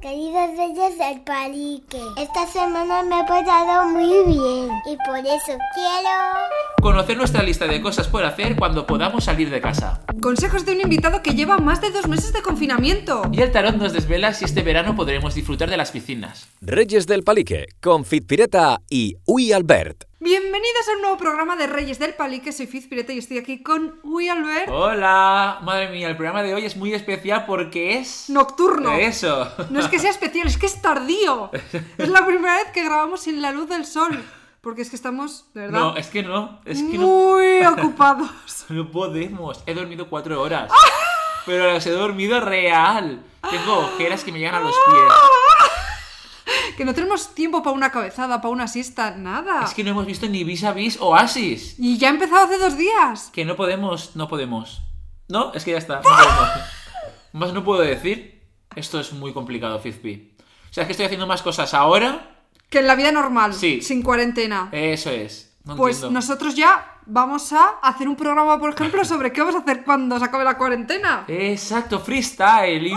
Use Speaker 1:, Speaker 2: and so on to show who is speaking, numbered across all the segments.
Speaker 1: Queridos Reyes del Palique, esta semana me ha pasado muy bien y por eso quiero...
Speaker 2: Conocer nuestra lista de cosas por hacer cuando podamos salir de casa.
Speaker 3: Consejos de un invitado que lleva más de dos meses de confinamiento.
Speaker 2: Y el tarot nos desvela si este verano podremos disfrutar de las piscinas.
Speaker 4: Reyes del Palique, con Fit Pireta y Uy Albert.
Speaker 3: Bienvenidos a un nuevo programa de Reyes del Palique, soy Fiz Pireta y estoy aquí con Uy Albert.
Speaker 2: Hola, madre mía, el programa de hoy es muy especial porque es...
Speaker 3: Nocturno.
Speaker 2: Eso.
Speaker 3: No es que sea especial, es que es tardío. Es la primera vez que grabamos sin la luz del sol. Porque es que estamos, de verdad,
Speaker 2: No, es que no. Es que no.
Speaker 3: muy ocupados.
Speaker 2: No podemos. He dormido cuatro horas. Pero las he dormido real. Tengo ojeras que me llegan a los
Speaker 3: ¡Ah!
Speaker 2: pies.
Speaker 3: Que no tenemos tiempo para una cabezada, para una siesta, nada.
Speaker 2: Es que no hemos visto ni vis a vis oasis.
Speaker 3: Y ya ha empezado hace dos días.
Speaker 2: Que no podemos, no podemos. No, es que ya está. No podemos. Más no puedo decir. Esto es muy complicado, Fizpi. O sea, es que estoy haciendo más cosas ahora.
Speaker 3: Que en la vida normal,
Speaker 2: Sí. Eh,
Speaker 3: sin cuarentena.
Speaker 2: Eso es. No
Speaker 3: pues
Speaker 2: entiendo.
Speaker 3: nosotros ya vamos a hacer un programa, por ejemplo, sobre qué vamos a hacer cuando se acabe la
Speaker 2: Ah,
Speaker 3: cuarentena.
Speaker 2: Exacto, freestyle,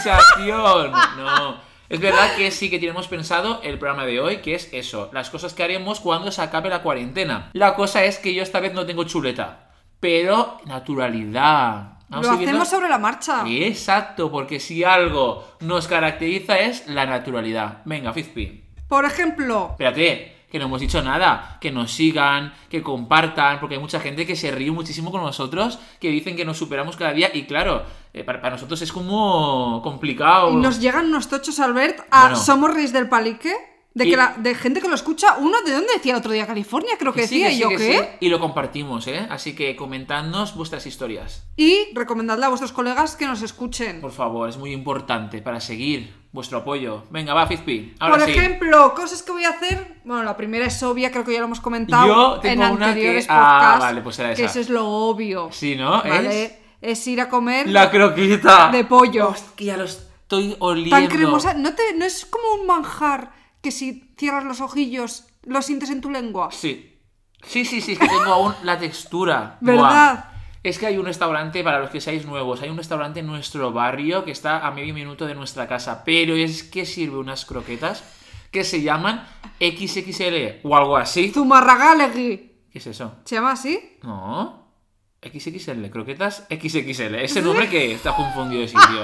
Speaker 2: improvisación. No. Es verdad que sí que tenemos pensado el programa de hoy, que es eso, las cosas que haremos cuando se acabe la cuarentena. La cosa es que yo esta vez no tengo chuleta, pero naturalidad. Vamos
Speaker 3: Lo
Speaker 2: a ir viendo-
Speaker 3: hacemos sobre la marcha.
Speaker 2: Exacto, porque si algo nos caracteriza es la naturalidad. Venga, Fizpi.
Speaker 3: Por ejemplo,
Speaker 2: Espérate, que no hemos dicho nada. Que nos sigan, que compartan, porque hay mucha gente que se ríe muchísimo con nosotros, que dicen que nos superamos cada día. Y claro, eh, para, para nosotros es como complicado.
Speaker 3: nos llegan unos tochos, Albert, a
Speaker 2: Oh. Bueno.
Speaker 3: Somos Reyes del Palique. De,
Speaker 2: Y-
Speaker 3: que la- de gente que lo escucha, uno de dónde decía el otro día California, creo que,
Speaker 2: Que sí,
Speaker 3: decía,
Speaker 2: que
Speaker 3: y
Speaker 2: sí,
Speaker 3: yo
Speaker 2: que
Speaker 3: qué.
Speaker 2: sí. Y lo compartimos, ¿eh? Así que comentadnos vuestras historias.
Speaker 3: Y recomendadle a vuestros colegas que nos escuchen.
Speaker 2: Por favor, es muy importante para seguir vuestro apoyo. Venga, va, Fizpi. Ahora
Speaker 3: Por
Speaker 2: sí.
Speaker 3: ejemplo, cosas que voy a hacer. Bueno, la primera es obvia, creo que ya lo hemos comentado
Speaker 2: Yo tengo
Speaker 3: en
Speaker 2: una
Speaker 3: anteriores
Speaker 2: que- ah,
Speaker 3: podcasts.
Speaker 2: vale, pues era
Speaker 3: que
Speaker 2: esa.
Speaker 3: eso es lo obvio.
Speaker 2: Sí, ¿no?
Speaker 3: ¿vale?
Speaker 2: Es
Speaker 3: Es... ir a comer
Speaker 2: la croquita.
Speaker 3: de pollo.
Speaker 2: Que ya Ah. lo estoy oliendo.
Speaker 3: Tan cremosa. ¿No, te, no es como un manjar que si cierras los ojillos lo sientes en tu lengua.
Speaker 2: Sí. Sí, sí, sí, es que tengo aún la textura. Buah.
Speaker 3: ¿Verdad?
Speaker 2: Es que hay un restaurante, para los que seáis nuevos, hay un restaurante en nuestro barrio que está a medio minuto de nuestra casa, pero es que sirve unas croquetas que se llaman XXL o algo así.
Speaker 3: Zumarragalegui.
Speaker 2: ¿Qué es eso?
Speaker 3: ¿Se llama así?
Speaker 2: No. XXL, croquetas XXL. Ese nombre que está confundido de sitio.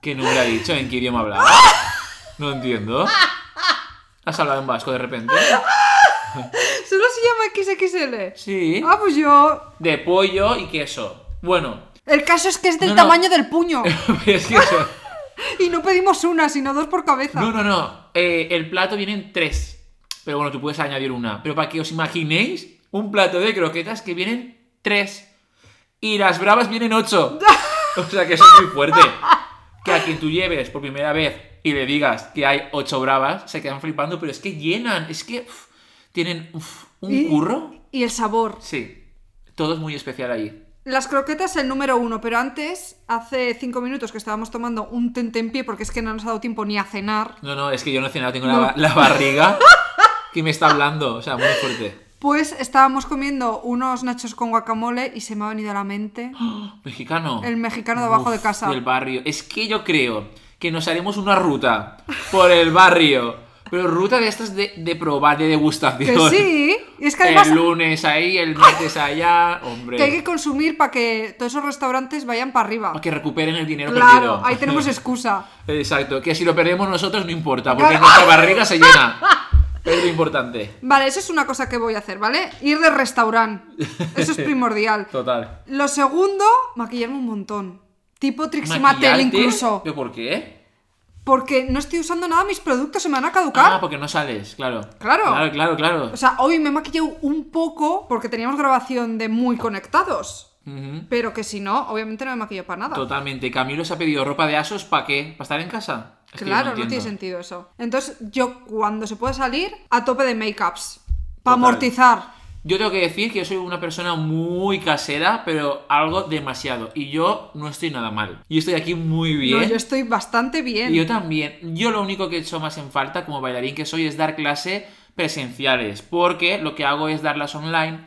Speaker 2: ¿Qué nombre ha dicho? ¿En qué idioma hablaba? No entiendo. ¿Has hablado en vasco de repente?
Speaker 3: Solo se llama XXL.
Speaker 2: Sí.
Speaker 3: Ah, pues yo.
Speaker 2: de pollo y queso. Bueno,
Speaker 3: El caso es que es del
Speaker 2: No, no.
Speaker 3: tamaño del puño.
Speaker 2: es que eso-
Speaker 3: y no pedimos una, sino dos por cabeza.
Speaker 2: No, no, no. Eh, el plato viene en tres. Pero bueno, tú puedes añadir una. Pero para que os imaginéis, un plato de croquetas que vienen tres. Y las bravas vienen ocho. O sea que eso es muy fuerte. Que a quien tú lleves por primera vez y le digas que hay ocho bravas, se quedan flipando, pero es que llenan. Es que uf, tienen uf, un
Speaker 3: ¿Y?
Speaker 2: curro.
Speaker 3: Y el sabor.
Speaker 2: Sí. Todo es muy especial ahí.
Speaker 3: Las croquetas el número uno, pero antes, hace cinco minutos que estábamos tomando un tentempié porque es que no nos ha dado tiempo ni a cenar,
Speaker 2: No, no, es que yo no he cenado, tengo
Speaker 3: No.
Speaker 2: la, ba- la barriga que me está hablando, o sea, muy fuerte.
Speaker 3: pues estábamos comiendo unos nachos con guacamole y se me ha venido a la mente
Speaker 2: Mexicano.
Speaker 3: el mexicano de abajo
Speaker 2: Uf,
Speaker 3: de casa.
Speaker 2: Del barrio. Es que yo creo que nos haremos una ruta por el barrio. Pero ruta de estas de, de probar, de
Speaker 3: Que
Speaker 2: degustación.
Speaker 3: sí, y es que además
Speaker 2: El lunes ahí, el martes allá. Hombre.
Speaker 3: que hay que consumir para que todos esos restaurantes vayan para arriba.
Speaker 2: que recuperen el dinero perdido.
Speaker 3: Claro, ahí tenemos excusa.
Speaker 2: Exacto, que si lo perdemos nosotros no importa, porque
Speaker 3: Claro.
Speaker 2: nuestra barriga se llena. Es lo importante.
Speaker 3: Vale, eso es una cosa que voy a hacer, ¿vale? Ir de restaurante. Eso es primordial.
Speaker 2: Total.
Speaker 3: Lo segundo, maquillarme un montón. Tipo Trixie Mattel
Speaker 2: Maquillarte,
Speaker 3: incluso.
Speaker 2: ¿Pero por qué?
Speaker 3: Porque no estoy usando nada, mis productos se me van a caducar.
Speaker 2: Ah, porque no sales, claro.
Speaker 3: Claro.
Speaker 2: Claro, claro, claro.
Speaker 3: O sea, hoy me he maquillado un poco porque teníamos grabación de muy conectados.
Speaker 2: Ujú.
Speaker 3: Pero que si no, obviamente no me maquillo para nada.
Speaker 2: Totalmente. Camilo se ha pedido ropa de asos para qué? ¿Para estar en casa? Es que yo
Speaker 3: Claro, no,
Speaker 2: entiendo.
Speaker 3: tiene sentido eso. Entonces, yo cuando se puede salir, a tope de make-ups. Para
Speaker 2: Total.
Speaker 3: amortizar.
Speaker 2: Yo tengo que decir que yo soy una persona muy casera, pero algo demasiado. Y yo no estoy nada mal. Yo estoy aquí muy bien.
Speaker 3: No, yo estoy bastante bien.
Speaker 2: Y yo también. Yo lo único que he hecho más en falta como bailarín que soy es dar clase presenciales, porque lo que hago es darlas online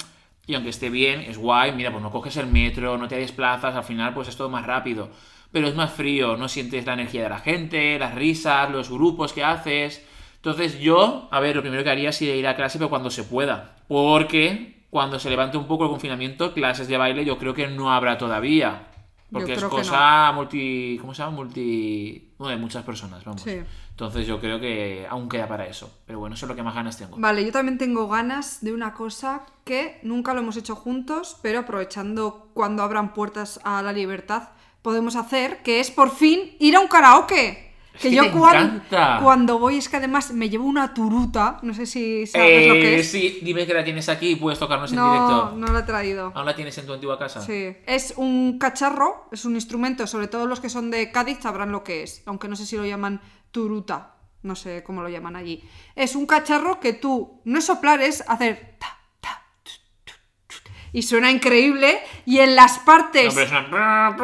Speaker 2: y aunque esté bien, es guay, mira, pues no coges el metro, no te desplazas, al final pues es todo más rápido. pero es más frío, no sientes la energía de la gente, las risas, los grupos que haces. Entonces yo, a ver, lo primero que haría es ir a- ir a clase, pero cuando se pueda. Porque cuando se levante un poco el confinamiento, clases de baile yo creo que no habrá todavía. Porque es
Speaker 3: creo que no.
Speaker 2: cosa Ah, multi... ¿Cómo se llama? Multi... Bueno, de muchas personas, vamos.
Speaker 3: Sí.
Speaker 2: Entonces yo creo que aún queda para eso. Pero bueno, eso es lo que más ganas tengo.
Speaker 3: Vale, yo también tengo ganas de una cosa que nunca lo hemos hecho juntos, pero aprovechando cuando abran puertas a la libertad, podemos hacer, que es por fin ir a un karaoke.
Speaker 2: Es
Speaker 3: Que
Speaker 2: que
Speaker 3: yo
Speaker 2: te
Speaker 3: cuan-
Speaker 2: encanta.
Speaker 3: cuando voy es que además me llevo una turuta, no sé si sabes lo que
Speaker 2: Eh,
Speaker 3: es.
Speaker 2: Sí, dime que la tienes aquí y puedes tocarnos en
Speaker 3: No,
Speaker 2: directo.
Speaker 3: no la he traído.
Speaker 2: ¿Aún la tienes en tu antigua casa?
Speaker 3: Sí. Es un cacharro, es un instrumento, sobre todo los que son de Cádiz sabrán lo que es, aunque no sé si lo llaman turuta, no sé cómo lo llaman allí. Es un cacharro que tú no es soplar, es hacer ta, ta, tu, tu, tu, y suena increíble y en las
Speaker 2: No,
Speaker 3: partes
Speaker 2: pero es una...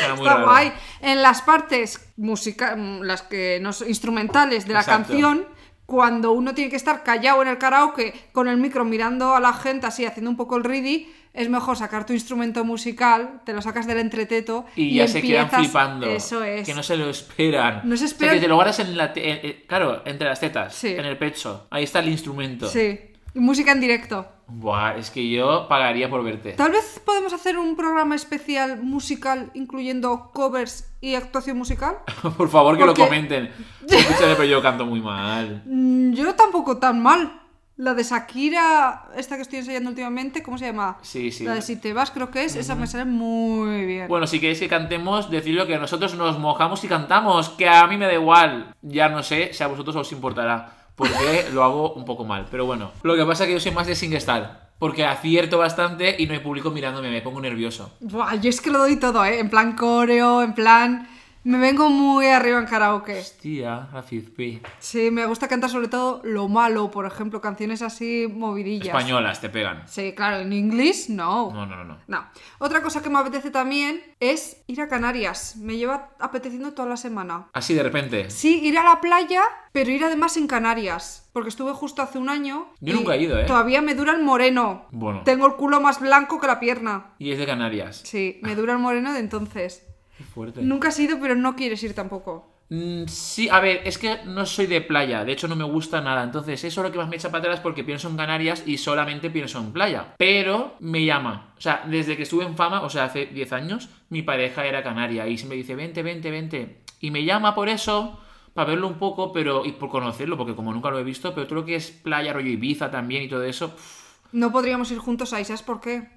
Speaker 2: Suena muy
Speaker 3: está
Speaker 2: raro.
Speaker 3: guay. En las partes música, mm, las que no son- instrumentales de la
Speaker 2: Exacto.
Speaker 3: canción, cuando uno tiene que estar callado en el karaoke con el micro mirando a la gente así haciendo un poco el ready, es mejor sacar tu instrumento musical, te lo sacas del entreteto
Speaker 2: Y, ya se quedan
Speaker 3: empiezas-
Speaker 2: flipando.
Speaker 3: Eso es.
Speaker 2: Que no se lo esperan.
Speaker 3: No se
Speaker 2: O sea,
Speaker 3: esperan.
Speaker 2: que te lo guardas en la... te- en- en- claro, entre las tetas.
Speaker 3: Sí.
Speaker 2: En el pecho. Ahí está el instrumento.
Speaker 3: Sí. Y Música en directo.
Speaker 2: Buah, es que yo pagaría por verte.
Speaker 3: Tal vez podemos hacer un programa especial musical incluyendo covers y actuación musical.
Speaker 2: por favor, que
Speaker 3: Porque-
Speaker 2: lo comenten. Escúchale, pero yo canto muy mal.
Speaker 3: Mm, Yo tampoco tan mal. La de Shakira, esta que estoy enseñando últimamente, ¿cómo se llama?
Speaker 2: Sí, sí.
Speaker 3: La de Si te vas, creo que es. Esa me sale muy bien.
Speaker 2: Bueno, si queréis que cantemos, decidlo que nosotros nos mojamos y cantamos, que a mí me da igual. Ya no sé si a vosotros os importará, porque lo hago un poco mal. Pero bueno, lo que pasa es que yo soy más de SingStar, porque acierto bastante y no hay público mirándome, me pongo nervioso.
Speaker 3: Buah, yo es que lo doy todo, ¿eh? En plan coreo, en plan... Me vengo muy arriba en karaoke.
Speaker 2: Hostia, la Fizpi.
Speaker 3: Sí, me gusta cantar sobre todo lo malo, por ejemplo, canciones así movidillas.
Speaker 2: Españolas, te pegan.
Speaker 3: Sí, claro, en inglés no.
Speaker 2: No, no, no, no.
Speaker 3: No. Otra cosa que me apetece también es ir a Canarias. Me lleva apeteciendo toda la semana.
Speaker 2: Así de repente.
Speaker 3: Sí, ir a la playa, pero ir además en Canarias. Porque estuve justo hace un año.
Speaker 2: Yo
Speaker 3: y
Speaker 2: nunca he ido, ¿eh?
Speaker 3: Todavía me dura el moreno.
Speaker 2: Bueno.
Speaker 3: Tengo el culo más blanco que la pierna.
Speaker 2: Y es de Canarias.
Speaker 3: Sí, me dura el moreno de entonces.
Speaker 2: Qué fuerte.
Speaker 3: Nunca has ido, pero no quieres ir tampoco.
Speaker 2: Mm, Sí, a ver, es que no soy de playa, de hecho no me gusta nada, entonces eso es lo que más me echa para atrás porque pienso en Canarias y solamente pienso en playa, pero me llama, o sea, desde que estuve en fama, o sea, hace 10 años, mi pareja era canaria y siempre dice, vente, vente, vente, y me llama por eso, para verlo un poco, pero, y por conocerlo, porque como nunca lo he visto, pero todo lo que es playa, rollo Ibiza también y todo eso, pff,
Speaker 3: No podríamos ir juntos ahí, ¿sabes por qué?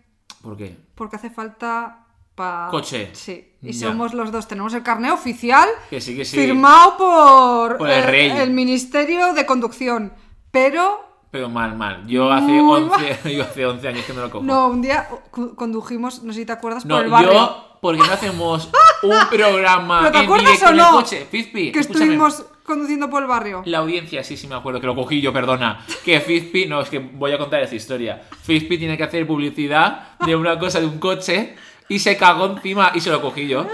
Speaker 2: ¿por qué?
Speaker 3: Porque hace falta pa...
Speaker 2: Coche.
Speaker 3: Sí. Y
Speaker 2: Ya.
Speaker 3: somos los dos. Tenemos el carné oficial
Speaker 2: Que sí, que sí,
Speaker 3: firmado por,
Speaker 2: Por el rey.
Speaker 3: Ministerio de Conducción. Pero
Speaker 2: pero mal, mal, yo hace,
Speaker 3: Muy
Speaker 2: 11, yo hace 11 años que no lo cojo.
Speaker 3: No, un día cu- condujimos, no sé si te acuerdas,
Speaker 2: No,
Speaker 3: por el barrio.
Speaker 2: yo, porque no hacemos un programa
Speaker 3: ¿Pero te
Speaker 2: en
Speaker 3: acuerdas
Speaker 2: directo
Speaker 3: o
Speaker 2: en
Speaker 3: no?
Speaker 2: el coche? Fizpi,
Speaker 3: que
Speaker 2: escúchame.
Speaker 3: estuvimos conduciendo por el barrio.
Speaker 2: La audiencia, sí, sí me acuerdo, que lo cogí yo, perdona. Que Fizpi, no, es que voy a contar esa historia. Fizpi tiene que hacer publicidad de una cosa, de un coche, y se cagó encima y se lo cogí yo.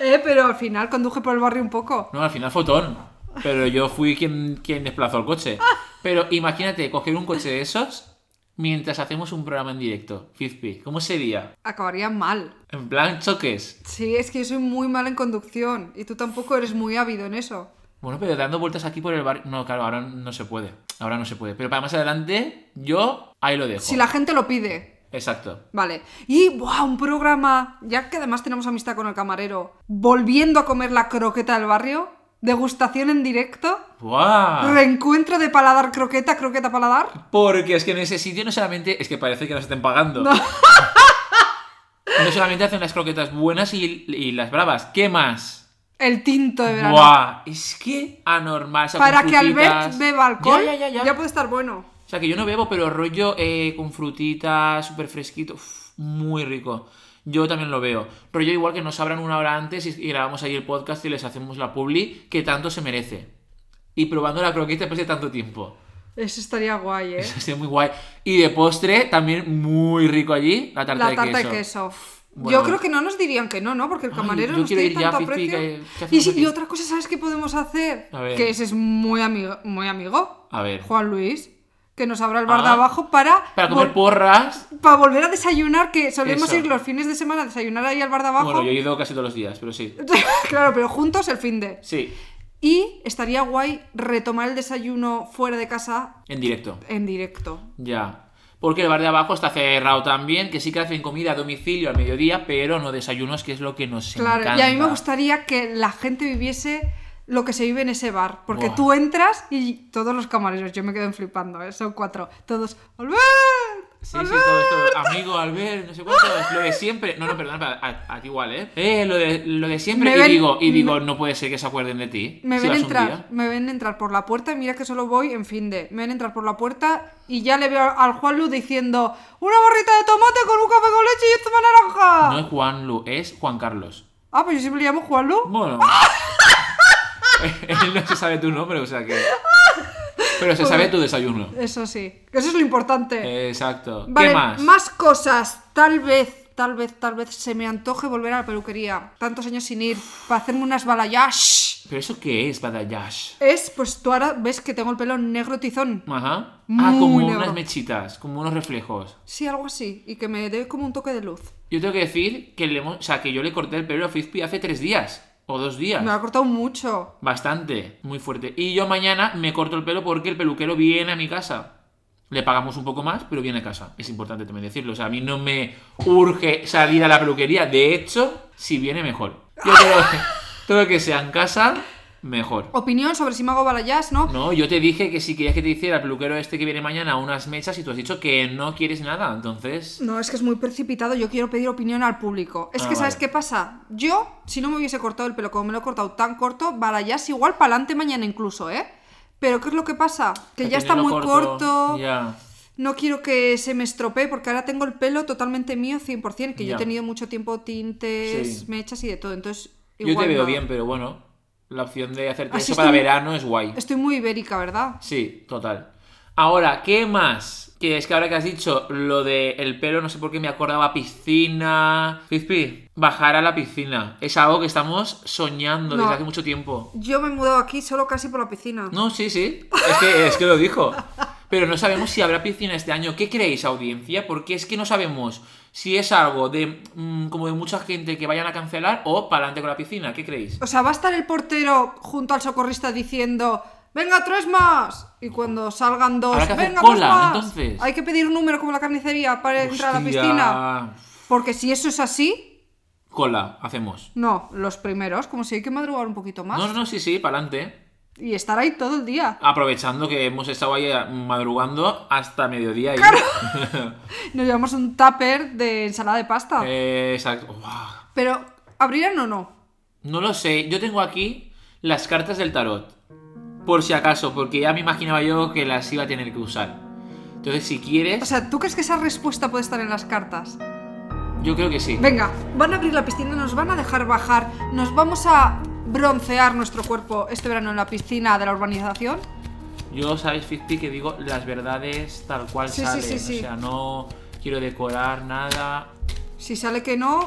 Speaker 3: Eh, pero al final conduje por el barrio un poco.
Speaker 2: No, al final fotón. Pero yo fui quien, quien desplazó el coche. Pero imagínate, coger un coche de esos mientras hacemos un programa en directo. Fizpi, ¿cómo sería?
Speaker 3: Acabaría mal.
Speaker 2: En plan, choques.
Speaker 3: Sí, es que yo soy muy mal en conducción y tú tampoco eres muy ávido en eso.
Speaker 2: Bueno, pero dando vueltas aquí por el barrio. No, claro, ahora no se puede. Ahora no se puede. Pero para más adelante, yo ahí lo dejo.
Speaker 3: Si la gente lo pide.
Speaker 2: Exacto.
Speaker 3: Vale. Y, ¡buah! Un programa. Ya que además tenemos amistad con el camarero. Volviendo a comer la croqueta del barrio. Degustación en directo.
Speaker 2: ¡Buah!
Speaker 3: Reencuentro de paladar croqueta, croqueta paladar.
Speaker 2: Porque es que en ese sitio no solamente. Es que parece que nos estén pagando. No, solamente hacen las croquetas buenas y, y las bravas. ¿Qué más?
Speaker 3: El tinto de verano.
Speaker 2: ¡Buah! Es que anormal. o sea, con
Speaker 3: Para que Albert
Speaker 2: frutitas.
Speaker 3: beba alcohol,
Speaker 2: Ya, ya, ya, ya.
Speaker 3: puede estar bueno.
Speaker 2: O sea, que yo no bebo, pero rollo eh, con frutitas, súper fresquito, uf, muy rico. Yo también lo veo. Rollo igual que nos abran una hora antes y, y grabamos ahí el podcast y les hacemos la publi que tanto se merece. Y probando la croqueta después de tanto tiempo.
Speaker 3: Eso estaría guay, ¿eh?
Speaker 2: Eso es muy guay. Y de postre, también muy rico allí, la tarta,
Speaker 3: La tarta de queso.
Speaker 2: Bueno.
Speaker 3: Yo creo que no nos dirían que no, ¿no? Porque el
Speaker 2: Ay,
Speaker 3: camarero
Speaker 2: yo
Speaker 3: nos
Speaker 2: quiero
Speaker 3: tiene
Speaker 2: ir ya,
Speaker 3: tanto
Speaker 2: Fifi,
Speaker 3: aprecio.
Speaker 2: que- ¿qué
Speaker 3: y,
Speaker 2: hacemos
Speaker 3: sí, y
Speaker 2: aquí?
Speaker 3: otra cosa, ¿sabes qué podemos hacer?
Speaker 2: A ver.
Speaker 3: Que ese es muy amigo, muy amigo.
Speaker 2: A ver.
Speaker 3: Juan Luis. que nos habrá el bar de
Speaker 2: Ah.
Speaker 3: abajo para,
Speaker 2: Para comer
Speaker 3: vol-
Speaker 2: porras.
Speaker 3: para volver a desayunar, que solemos
Speaker 2: Eso.
Speaker 3: ir los fines de semana a desayunar ahí al bar de abajo.
Speaker 2: Bueno, yo he ido casi todos los días, pero sí.
Speaker 3: claro, pero juntos el fin de.
Speaker 2: Sí,
Speaker 3: Y estaría guay retomar el desayuno fuera de casa
Speaker 2: en directo.
Speaker 3: en directo.
Speaker 2: Ya. Porque el bar de abajo está cerrado también, que sí que hacen comida a domicilio al mediodía, pero no desayunos, que es lo que nos
Speaker 3: Claro,
Speaker 2: encanta.
Speaker 3: y a mí me gustaría que la gente viviese lo que se vive en ese bar. Porque
Speaker 2: Buah.
Speaker 3: tú entras y todos los camareros, yo me quedo flipando, ¿eh? son cuatro. Todos, ¡Albert!
Speaker 2: Sí, sí,
Speaker 3: ¡Albert!
Speaker 2: todo esto. Amigo, Albert, no sé cuánto. Lo de siempre. No, no, perdón, aquí igual, ¿eh? Eh, lo de, lo de siempre.
Speaker 3: Me
Speaker 2: y
Speaker 3: ven-
Speaker 2: digo, y digo no puede ser que se acuerden de ti.
Speaker 3: Me
Speaker 2: si
Speaker 3: ven
Speaker 2: vas un
Speaker 3: entrar,
Speaker 2: día.
Speaker 3: me ven entrar por la puerta, y mira que solo voy en fin de. Me ven entrar por la puerta y ya le veo al Juanlu diciendo una barrita de tomate con un café con leche y esto va naranja.
Speaker 2: No es Juan Lu, es Juan Carlos.
Speaker 3: Ah, pues yo siempre le llamo Juanlu.
Speaker 2: Bueno. Él no se sabe tu nombre, o sea que. Pero
Speaker 3: Pues
Speaker 2: se sabe tu desayuno.
Speaker 3: Eso sí, que eso es lo
Speaker 2: Eh,
Speaker 3: importante.
Speaker 2: Exacto.
Speaker 3: Vale,
Speaker 2: ¿Qué más?
Speaker 3: cosas. Tal vez, tal vez, tal vez se me antoje volver a la peluquería. Tantos años sin ir, para hacerme unas balayage.
Speaker 2: ¿Pero eso qué es, Badayash?
Speaker 3: Es, pues tú ahora ves que tengo el pelo negro tizón.
Speaker 2: Ajá. Ah,
Speaker 3: Muy
Speaker 2: como
Speaker 3: negro.
Speaker 2: unas mechitas, como unos reflejos.
Speaker 3: Sí, algo así. Y que me dé como un toque de luz.
Speaker 2: Yo tengo que decir que, le hemos- o sea, que yo le corté el pelo a Fizpi hace tres días o dos días.
Speaker 3: Me lo ha cortado mucho.
Speaker 2: Bastante, muy fuerte. Y yo mañana me corto el pelo porque el peluquero viene a mi casa. Le pagamos un poco más, pero viene a casa. Es importante también decirlo. O sea, a mí no me urge salir a la peluquería. De hecho, si viene, mejor. Yo creo que todo lo que sea en casa, mejor.
Speaker 3: Opinión sobre si me hago balayage, ¿no?
Speaker 2: No, yo te dije que si querías que te hiciera el peluquero este que viene mañana unas mechas y tú has dicho que no quieres nada. Entonces,
Speaker 3: No, es que es muy precipitado. Yo quiero pedir opinión al público. Es
Speaker 2: Ah,
Speaker 3: que, ¿sabes
Speaker 2: vale.
Speaker 3: qué pasa? Yo, si no me hubiese cortado el pelo como me lo he cortado tan corto, balayage igual para adelante mañana incluso, ¿eh? Pero ¿qué es lo que pasa? Que ya está muy
Speaker 2: tenerlo
Speaker 3: corto.
Speaker 2: Ya.
Speaker 3: No quiero que se me estropee porque ahora tengo el pelo totalmente mío 100%, que yo he
Speaker 2: Ya.
Speaker 3: tenido mucho tiempo tintes,
Speaker 2: Sí.
Speaker 3: mechas y Ah, de todo. Entonces,
Speaker 2: Yo te
Speaker 3: igual
Speaker 2: veo
Speaker 3: no.
Speaker 2: bien, pero bueno, la opción de hacerte
Speaker 3: Así
Speaker 2: eso para
Speaker 3: estoy-
Speaker 2: verano es guay.
Speaker 3: Estoy muy ibérica, ¿verdad?
Speaker 2: Sí, total. Ahora, ¿qué más? Que es que ahora que has dicho lo de el pelo, no sé por qué me acordaba a piscina. Fizpi, bajar a la piscina. Es algo que estamos soñando
Speaker 3: No.
Speaker 2: desde hace mucho tiempo.
Speaker 3: Yo me he mudado aquí solo casi por la piscina.
Speaker 2: No, sí, sí. Es que, es que lo dijo. Pero no sabemos si habrá piscina este año. ¿Qué creéis, audiencia? Porque es que no sabemos si es algo de mm, como de mucha gente que vayan a cancelar o para adelante con la piscina. ¿Qué creéis?
Speaker 3: O sea, va a estar el portero junto al socorrista diciendo, venga, tres más. Y cuando salgan dos,
Speaker 2: Habrá que hacer
Speaker 3: venga, tres
Speaker 2: cola,
Speaker 3: más.
Speaker 2: entonces.
Speaker 3: Hay que pedir un número como la carnicería para entrar a la
Speaker 2: Hostia.
Speaker 3: piscina. Porque si eso es así,
Speaker 2: Cola, hacemos.
Speaker 3: no, los primeros, como si hay que madrugar un poquito más.
Speaker 2: No, no, sí, sí, para adelante.
Speaker 3: Y estar ahí todo el día.
Speaker 2: Aprovechando que hemos estado ahí eh, madrugando hasta mediodía. Y...
Speaker 3: Nos llevamos un tupper de ensalada de pasta.
Speaker 2: Eh, exacto. Uah.
Speaker 3: Pero, ¿abrirán o no?
Speaker 2: No lo sé. Yo tengo aquí las cartas del tarot. Por si acaso, porque ya me imaginaba yo que las iba a tener que usar. Entonces, si quieres,
Speaker 3: O sea, ¿tú crees que esa respuesta puede estar en las cartas?
Speaker 2: yo creo que sí.
Speaker 3: Venga, van a abrir la piscina, nos van a dejar bajar, nos vamos a broncear nuestro cuerpo este verano en la piscina de la urbanización.
Speaker 2: Yo, ¿sabes, Fitpi, que digo las verdades tal cual
Speaker 3: Sí, sí,
Speaker 2: salen?
Speaker 3: sí, sí.
Speaker 2: O sea, no quiero decorar nada.
Speaker 3: Si sale que no,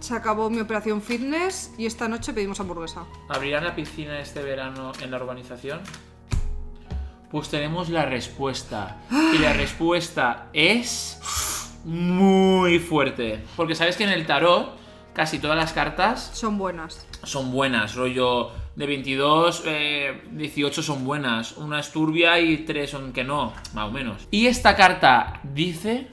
Speaker 3: se acabó mi operación fitness y esta noche pedimos hamburguesa.
Speaker 2: ¿Abrirán la piscina este verano en la urbanización? Pues tenemos la respuesta. Y la respuesta es muy fuerte. Porque sabes que en el tarot casi todas las cartas
Speaker 3: Son buenas.
Speaker 2: son buenas. Rollo de 22, eh, 18 son buenas. Una es turbia y tres son que no, más o menos. Y esta carta dice...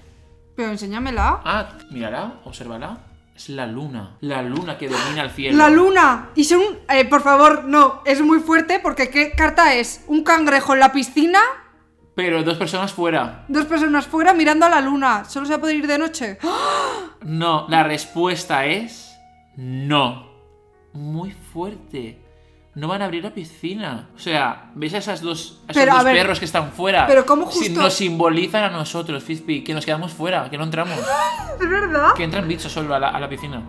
Speaker 3: Pero enséñamela.
Speaker 2: Ah, mírala, observala. Es la luna. La luna que domina el cielo.
Speaker 3: La luna. Y son... eh, por favor, no, es muy fuerte porque ¿qué carta es? Un cangrejo en la piscina,
Speaker 2: Pero dos personas fuera.
Speaker 3: dos personas fuera mirando a la luna. Solo se va a poder ir de noche. ¡Ah!
Speaker 2: No, la respuesta es no. Muy fuerte. No van a abrir la piscina. O sea, ¿ves a esas dos, a esos
Speaker 3: Pero, a
Speaker 2: dos
Speaker 3: ver,
Speaker 2: perros que están fuera?
Speaker 3: pero ¿cómo
Speaker 2: Si
Speaker 3: justo-
Speaker 2: nos simbolizan a nosotros, Fizpi, que nos quedamos fuera, que no entramos.
Speaker 3: ¿Es verdad?
Speaker 2: que entran bichos solo a la, a la piscina.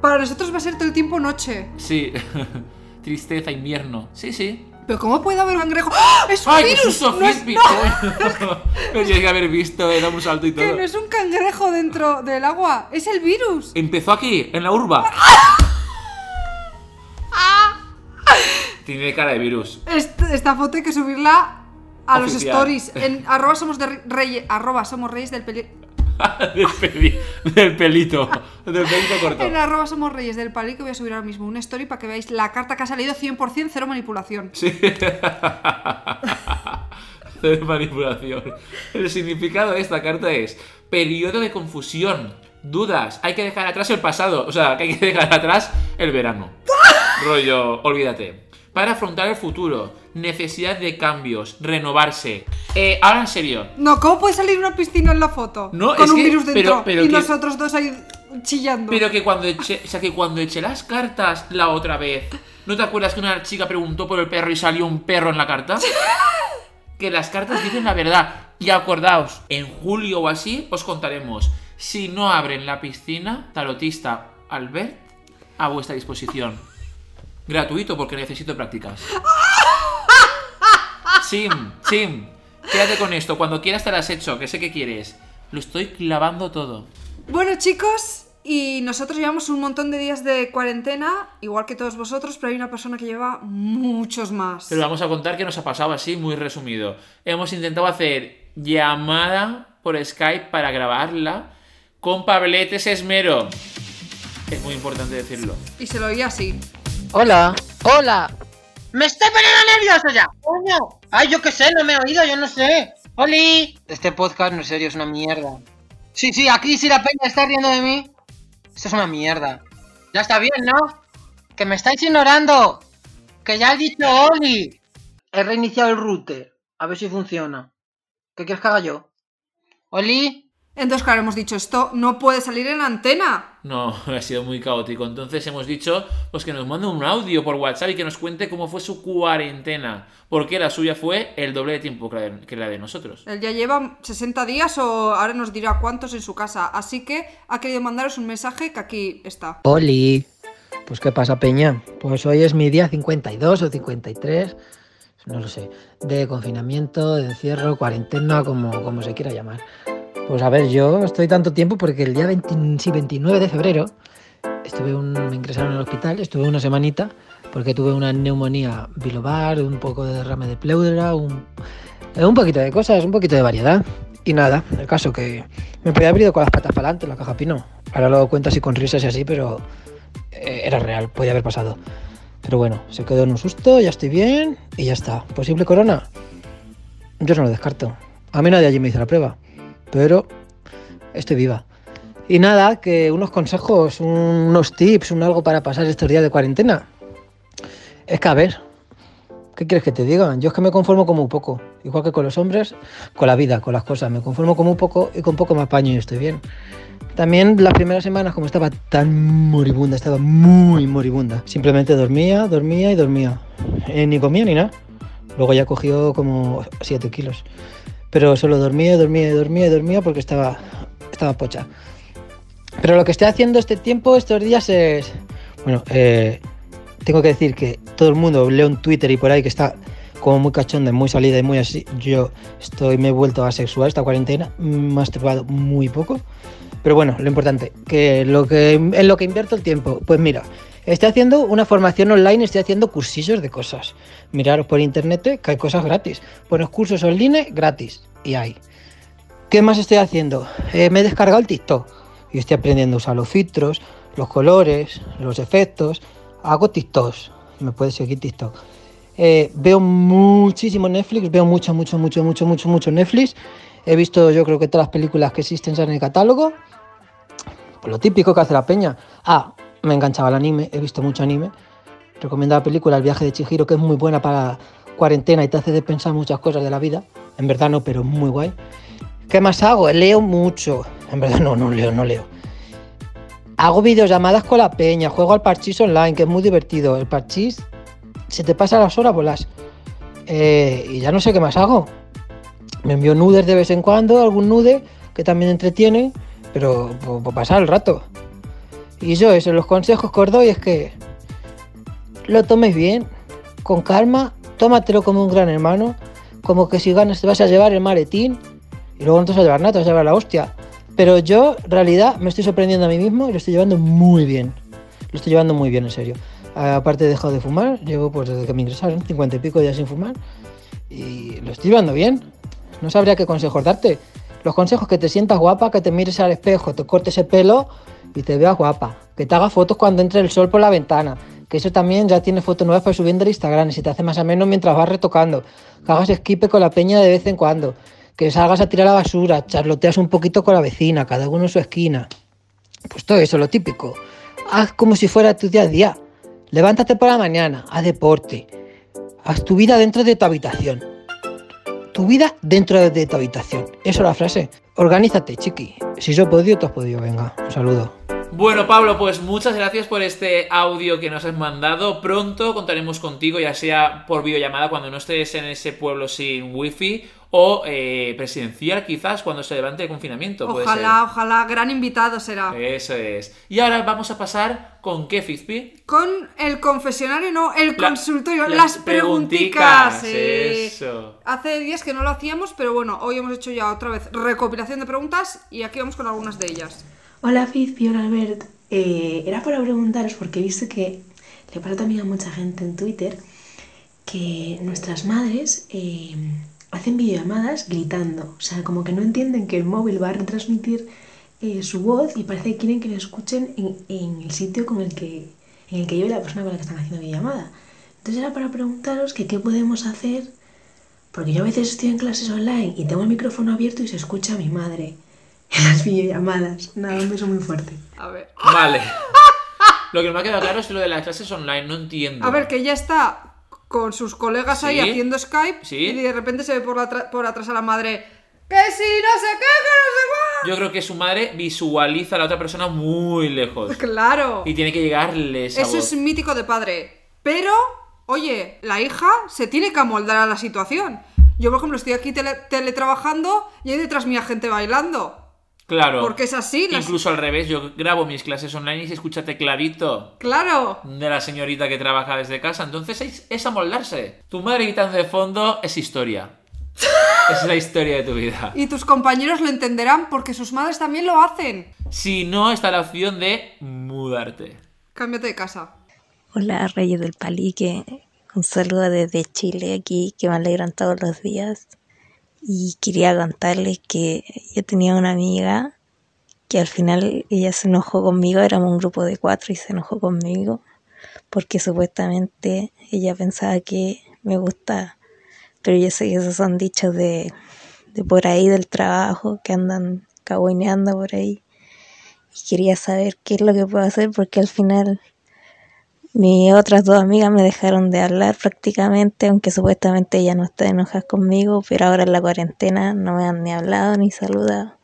Speaker 3: Para nosotros va a ser todo el tiempo noche.
Speaker 2: Sí. Tristeza, invierno. Sí, sí.
Speaker 3: Pero ¿cómo puede haber un cangrejo? ¡Ah! ¡Es un
Speaker 2: ¡Ay, qué
Speaker 3: virus!
Speaker 2: susto,
Speaker 3: no es,
Speaker 2: Fizpi!
Speaker 3: no,
Speaker 2: coño! Me tienes que haber visto, era un salto y todo.
Speaker 3: que no es un cangrejo dentro del agua, es el virus.
Speaker 2: Empezó aquí, en la urba. Tiene cara de virus.
Speaker 3: Est- esta foto hay que subirla a los
Speaker 2: Oficial.
Speaker 3: stories. En arroba somos, de re- reyes, arroba somos reyes del peli-
Speaker 2: del, peli- del pelito. Del pelito corto.
Speaker 3: En arroba somos reyes del pali que voy a subir ahora mismo un story para que veáis la carta que ha salido 100% cero manipulación.
Speaker 2: Sí. de manipulación. El significado de esta carta es periodo de confusión, dudas, hay que dejar atrás el pasado, o sea, que hay que dejar atrás el verano. Rollo, olvídate. Para afrontar el futuro, necesidad de cambios, renovarse. Eh, ahora en serio,
Speaker 3: No, ¿cómo puede salir una piscina en la foto?
Speaker 2: No,
Speaker 3: con
Speaker 2: es
Speaker 3: un
Speaker 2: que-
Speaker 3: virus
Speaker 2: pero-
Speaker 3: dentro
Speaker 2: pero
Speaker 3: y
Speaker 2: que-
Speaker 3: nosotros dos ahí chillando.
Speaker 2: Pero que cuando eché, o sea, que cuando eché las cartas la otra vez, ¿no te acuerdas que una chica preguntó por el perro y salió un perro en la carta? Que las cartas dicen la verdad. Y acordaos, en julio o así os contaremos. Si no abren la piscina, tarotista Albert a vuestra disposición. Gratuito porque necesito prácticas. Sim, Sim, quédate con esto. Cuando quieras te las hecho, que sé que quieres. Lo estoy clavando todo.
Speaker 3: Bueno, chicos, y nosotros llevamos un montón de días de cuarentena, igual que todos vosotros, pero hay una persona que lleva muchos más.
Speaker 2: Pero vamos a contar que nos ha pasado así, muy resumido. Hemos intentado hacer llamada por Skype para grabarla con Pabletes Esmero. Es muy importante decirlo.
Speaker 3: Y se lo oía así.
Speaker 5: Hola. Hola. Me estoy poniendo nervioso ya. Coño. Ay, yo qué sé, no me he oído, yo no sé. ¡Oli! Este podcast, no, en serio, es una mierda. Sí, sí, aquí si la peña está riendo de mí. Esto es una mierda. Ya está bien, ¿no? Que me estáis ignorando. Que ya he dicho Oli. He reiniciado el router. A ver si funciona. ¿Qué quieres que haga yo? Oli.
Speaker 3: Entonces, claro, hemos dicho, esto no puede salir en antena.
Speaker 2: No, ha sido muy caótico. Entonces hemos dicho pues que nos mande un audio por WhatsApp y que nos cuente cómo fue su cuarentena. Porque la suya fue el doble de tiempo que la de, que la de nosotros.
Speaker 3: Él ya lleva 60 días o ahora nos dirá cuántos en su casa. Así que ha querido mandaros un mensaje que aquí está.
Speaker 5: Oli. Pues qué pasa, Peña. Pues hoy es mi día 52 o 53, no lo sé, de confinamiento, de encierro, cuarentena, como, como se quiera llamar. Pues a ver, yo estoy tanto tiempo porque el día 20 sí, 29 de febrero estuve un, me ingresaron al hospital, estuve una semanita porque tuve una neumonía bilobar, un poco de derrame de pleura, un, eh, un poquito de cosas, un poquito de variedad. Y nada, el caso que me podía haber ido con las patas para adelante, la caja pino. Ahora lo cuento así con risas y así, pero eh, era real, podía haber pasado. Pero bueno, se quedó en un susto, ya estoy bien y ya está. ¿Posible corona? Yo no lo descarto. A mí nadie allí me hizo la prueba, pero estoy viva. Y nada, que unos consejos, un- unos tips, un algo para pasar estos días de cuarentena. Es que a ver, ¿qué quieres que te diga? Yo es que me conformo con muy poco. Igual que con los hombres, con la vida, con las cosas. Me conformo con muy poco y con poco me apaño y estoy bien. También las primeras semanas, como estaba tan moribunda, estaba muy moribunda. Simplemente dormía, dormía y dormía. Eh, ni comía ni nada. Luego ya cogió como 7 kilos. Pero solo dormía, dormía, dormía, dormía porque estaba, estaba pocha. Pero lo que estoy haciendo este tiempo, estos días, es... Bueno, eh, tengo que decir que todo el mundo leo en Twitter y por ahí que está como muy cachonda, muy salida y muy así. Yo estoy, me he vuelto asexual esta cuarentena, mm, masturbado muy poco. Pero bueno, lo importante, que lo que en lo que invierto el tiempo, pues mira, estoy haciendo una formación online, estoy haciendo cursillos de cosas. Miraros por internet que hay cosas gratis. Pones cursos online gratis y hay. ¿Qué más estoy haciendo? Eh, me he descargado el TikTok y estoy aprendiendo a usar los filtros, los colores, los efectos. Hago TikToks. Me puedes seguir TikTok. Eh, veo muchísimo Netflix, veo mucho, mucho, mucho, mucho, mucho, mucho Netflix. He visto yo creo que todas las películas que existen están en el catálogo. Pues lo típico que hace la peña. Ah, me enganchaba el anime, he visto mucho anime. Recomiendo la película El viaje de Chihiro, que es muy buena para cuarentena y te hace de pensar muchas cosas de la vida. En verdad no, pero muy guay. ¿Qué más hago? Leo mucho. En verdad no, no leo, no leo. Hago videollamadas con la peña, juego al parchís online, que es muy divertido. El parchís se te pasa las horas volás. Eh, y ya no sé qué más hago. Me envío nudes de vez en cuando, algún nude que también entretiene, pero por, pasar el rato. Y yo eso, los consejos que os doy es que lo tomes bien, con calma, tómatelo como un gran hermano, como que si ganas te vas a llevar el maletín y luego no te vas a llevar nada, te vas a llevar la hostia. Pero yo, en realidad, me estoy sorprendiendo a mí mismo y lo estoy llevando muy bien. Lo estoy llevando muy bien, en serio. Aparte he dejado de fumar, llevo pues desde que me ingresaron, 50 y pico ya sin fumar. y lo estoy llevando bien. No sabría qué consejos darte. Los consejos que te sientas guapa, que te mires al espejo, te cortes el pelo y te veas guapa. Que te hagas fotos cuando entre el sol por la ventana. Que eso también ya tienes fotos nuevas para subiendo al Instagram y se te hace más ameno mientras vas retocando. Que hagas esquipe con la peña de vez en cuando. Que salgas a tirar la basura, charloteas un poquito con la vecina, cada uno en su esquina. Pues todo eso, lo típico. Haz como si fuera tu día a día. Levántate por la mañana, haz deporte. Haz tu vida dentro de tu habitación. Tu vida dentro de tu habitación. Eso es la frase. Organízate, chiqui. Si yo he podido, tú has podido. Venga, un saludo.
Speaker 2: Bueno, Pablo, pues muchas gracias por este audio que nos has mandado. Pronto contaremos contigo, ya sea por videollamada cuando no estés en ese pueblo sin wifi o eh, presidencial quizás cuando se levante el confinamiento. puede ser.
Speaker 3: Ojalá, ojalá, gran invitado será.
Speaker 2: Eso es. Y ahora vamos a pasar con qué, Fizpi.
Speaker 3: Con el confesionario, no, el
Speaker 2: La-
Speaker 3: consultorio,
Speaker 2: las
Speaker 3: las, preguntitas.
Speaker 2: pregunticas,
Speaker 3: eh.
Speaker 2: eso.
Speaker 3: Hace días que no lo hacíamos, pero bueno, hoy hemos hecho ya otra vez recopilación de preguntas y aquí vamos con algunas de ellas.
Speaker 6: Hola Fiz, hola Albert. Eh, era para preguntaros porque he visto que le pasa también a mucha gente en Twitter que nuestras madres eh, hacen videollamadas gritando, o sea, como que no entienden que el móvil va a retransmitir eh, su voz y parece que quieren que lo escuchen en, en el sitio con el que en el que vive la persona con la que están haciendo videollamada. Entonces era para preguntaros que qué podemos hacer porque yo a veces estoy en clases online y tengo el micrófono abierto y se escucha a mi madre en las videollamadas. Nada, un beso muy fuerte.
Speaker 3: A ver.
Speaker 2: Vale. Lo que no me ha quedado claro es lo de las clases online, no entiendo.
Speaker 3: A ver, que ya está con sus colegas ahí
Speaker 2: Sí.
Speaker 3: haciendo Skype
Speaker 2: Sí.
Speaker 3: y de repente se ve por, la tra- por atrás a la madre que si no sé qué,
Speaker 2: Yo creo que su madre visualiza a la otra persona muy lejos.
Speaker 3: que no sé cuál. Claro.
Speaker 2: Y tiene que llegarle esa
Speaker 3: Eso
Speaker 2: voz.
Speaker 3: es mítico de padre. Pero, oye, la hija se tiene que amoldar a la situación. Yo, por ejemplo, estoy aquí tele- teletrabajando y hay detrás mía gente bailando.
Speaker 2: Claro.
Speaker 3: Porque es así, las-
Speaker 2: Incluso al revés, yo grabo mis clases online y se escucha tecladito
Speaker 3: Claro.
Speaker 2: de la señorita que trabaja desde casa. Entonces es, es amoldarse. Tu madre gritando de fondo es historia. es la historia de tu vida.
Speaker 3: Y tus compañeros lo entenderán porque sus madres también lo hacen.
Speaker 2: Si no, está la opción de mudarte.
Speaker 3: Cámbiate de casa.
Speaker 7: Hola, Reyes del Palique. Un saludo desde Chile aquí, que me alegran todos los días. Y quería contarles que yo tenía una amiga que al final ella se enojó conmigo, éramos un grupo de cuatro y se enojó conmigo porque supuestamente ella pensaba que me gustaba. Pero yo sé que esos son dichos de, de por ahí del trabajo, que andan caboineando por ahí. Y quería saber qué es lo que puedo hacer porque al final mis otras dos amigas me dejaron de hablar prácticamente, aunque supuestamente ellas no están enojadas conmigo, pero ahora en la cuarentena no me han ni hablado ni saludado.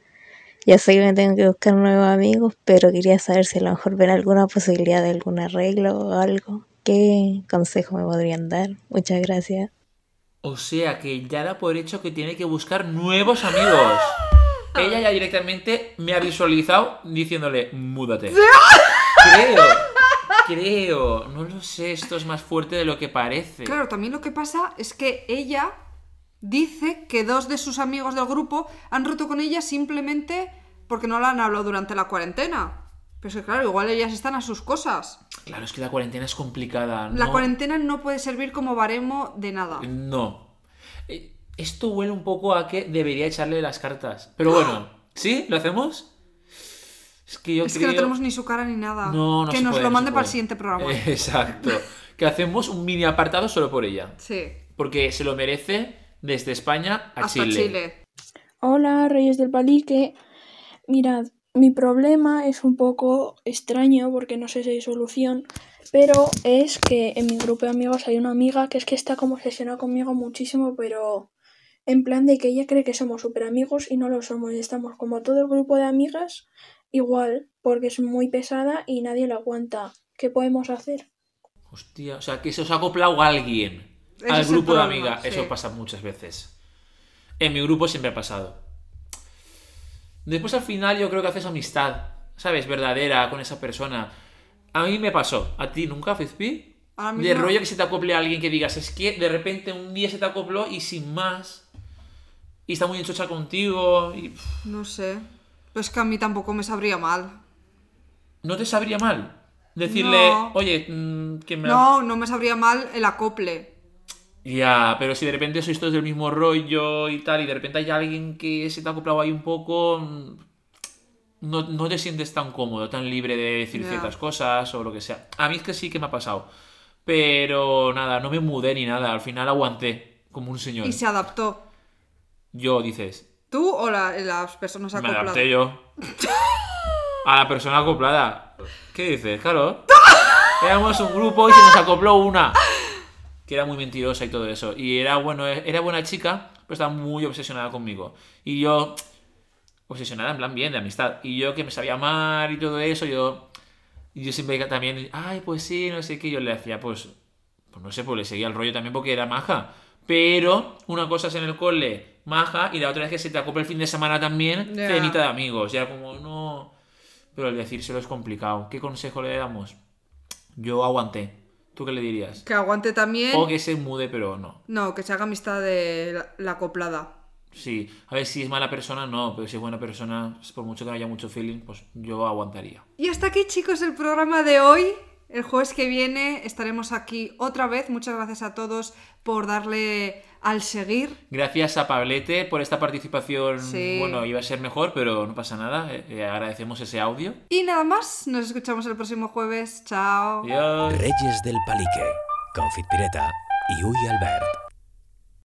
Speaker 7: Ya sé que me tengo que buscar nuevos amigos, pero quería saber si a lo mejor ven alguna posibilidad de algún arreglo o algo. ¿Qué consejo me podrían dar? Muchas gracias.
Speaker 2: O sea que ya da por hecho que tiene que buscar nuevos amigos. Ella ya directamente me ha visualizado diciéndole, múdate. Creo, creo, no lo sé, esto es más fuerte de lo que parece.
Speaker 3: Claro, también lo que pasa es que ella dice que dos de sus amigos del grupo han roto con ella simplemente porque no la han hablado durante la cuarentena. Pero es que claro, igual ellas están a sus cosas.
Speaker 2: Claro, es que la cuarentena es complicada.
Speaker 3: La
Speaker 2: no-
Speaker 3: cuarentena no puede servir como baremo de nada.
Speaker 2: No. Eh, Esto huele un poco a que debería echarle las cartas. Pero bueno, ¿sí? ¿Lo hacemos? Es que yo
Speaker 3: ¡Ah! es que
Speaker 2: creo-
Speaker 3: no tenemos ni su cara ni nada.
Speaker 2: No, no
Speaker 3: que
Speaker 2: se
Speaker 3: nos
Speaker 2: puede,
Speaker 3: lo
Speaker 2: no
Speaker 3: mande
Speaker 2: se puede.
Speaker 3: para el
Speaker 2: Eh,
Speaker 3: siguiente programa.
Speaker 2: Exacto. Que hacemos un mini apartado solo por ella.
Speaker 3: Sí.
Speaker 2: Porque se lo merece desde España a
Speaker 3: Hasta
Speaker 2: Chile.
Speaker 3: Chile.
Speaker 8: Hola, Reyes del Palique. Mirad, mi problema es un poco extraño porque no sé si hay solución, pero es que en mi grupo de amigos hay una amiga que es que está como obsesionada conmigo muchísimo, pero en plan de que ella cree que somos súper amigos y no lo somos. Estamos como todo el grupo de amigas igual, porque es muy pesada y nadie la aguanta. ¿Qué podemos hacer?
Speaker 2: Hostia, o sea, que se os ha acoplado alguien
Speaker 3: Ese
Speaker 2: al
Speaker 3: es el
Speaker 2: grupo de
Speaker 3: problema,
Speaker 2: amigas.
Speaker 3: sí.
Speaker 2: Eso pasa muchas veces. En mi grupo siempre ha pasado. Después al final yo creo que haces amistad, ¿sabes? Verdadera con esa persona. A mí me pasó. ¿A ti nunca, Fizpi?
Speaker 3: Ahora
Speaker 2: De
Speaker 3: mismo-
Speaker 2: rollo que se te acople a alguien que digas, es que de repente un día se te acopló y sin más. Y está muy enchocha contigo. Y pff,
Speaker 3: No sé. Pero es que a mí tampoco me sabría mal.
Speaker 2: no te sabría mal decirle,
Speaker 3: No.
Speaker 2: oye, mm, que me...
Speaker 3: No, no me sabría mal el acople.
Speaker 2: Ya, pero si de repente sois todos del mismo rollo y tal, y de repente hay alguien que se te ha acoplado ahí un poco, mm, no, no te sientes tan cómodo, tan libre de decir
Speaker 3: Ya.
Speaker 2: ciertas cosas o lo que sea. A mí es que sí que me ha pasado. Pero nada, no me mudé ni nada, al final aguanté como un señor.
Speaker 3: Y se adaptó.
Speaker 2: Yo, dices,
Speaker 3: ¿Tú o la- las personas
Speaker 2: me
Speaker 3: acopladas?
Speaker 2: adapté yo. A la persona acoplada. ¿Qué dices, claro? Éramos un grupo y se nos acopló una. Que era muy mentirosa y todo eso. Y era bueno, era buena chica, pero estaba muy obsesionada conmigo. Y yo. Obsesionada en plan bien, de amistad. Y yo que me sabía amar y todo eso, yo. Y yo siempre también, ay, pues sí, no sé qué. Yo le hacía, pues, pues no sé, pues le seguía el rollo también porque era maja. Pero una cosa es en el cole, maja, y la otra es que se te acopla el fin de semana también,
Speaker 3: Ya.
Speaker 2: cenita de amigos. Ya como, no. Pero el decírselo es complicado. ¿Qué consejo le damos? Yo aguanté. ¿Tú qué le dirías?
Speaker 3: Que aguante también.
Speaker 2: O que se mude, pero no.
Speaker 3: No, que se haga amistad de la, la acoplada.
Speaker 2: Sí, a ver si es mala persona, no, pero si es buena persona, por mucho que haya mucho feeling, pues yo aguantaría.
Speaker 3: Y hasta aquí, chicos, el programa de hoy. El jueves que viene estaremos aquí otra vez. Muchas gracias a todos por darle al seguir.
Speaker 2: Gracias a Pablete por esta participación.
Speaker 3: Sí.
Speaker 2: Bueno, iba a ser mejor, pero no pasa nada. eh, eh, agradecemos ese audio.
Speaker 3: Y nada más, nos escuchamos el próximo jueves. Chao.
Speaker 2: Adiós.
Speaker 4: Reyes del Palique, Confit Pireta y Uy Albert.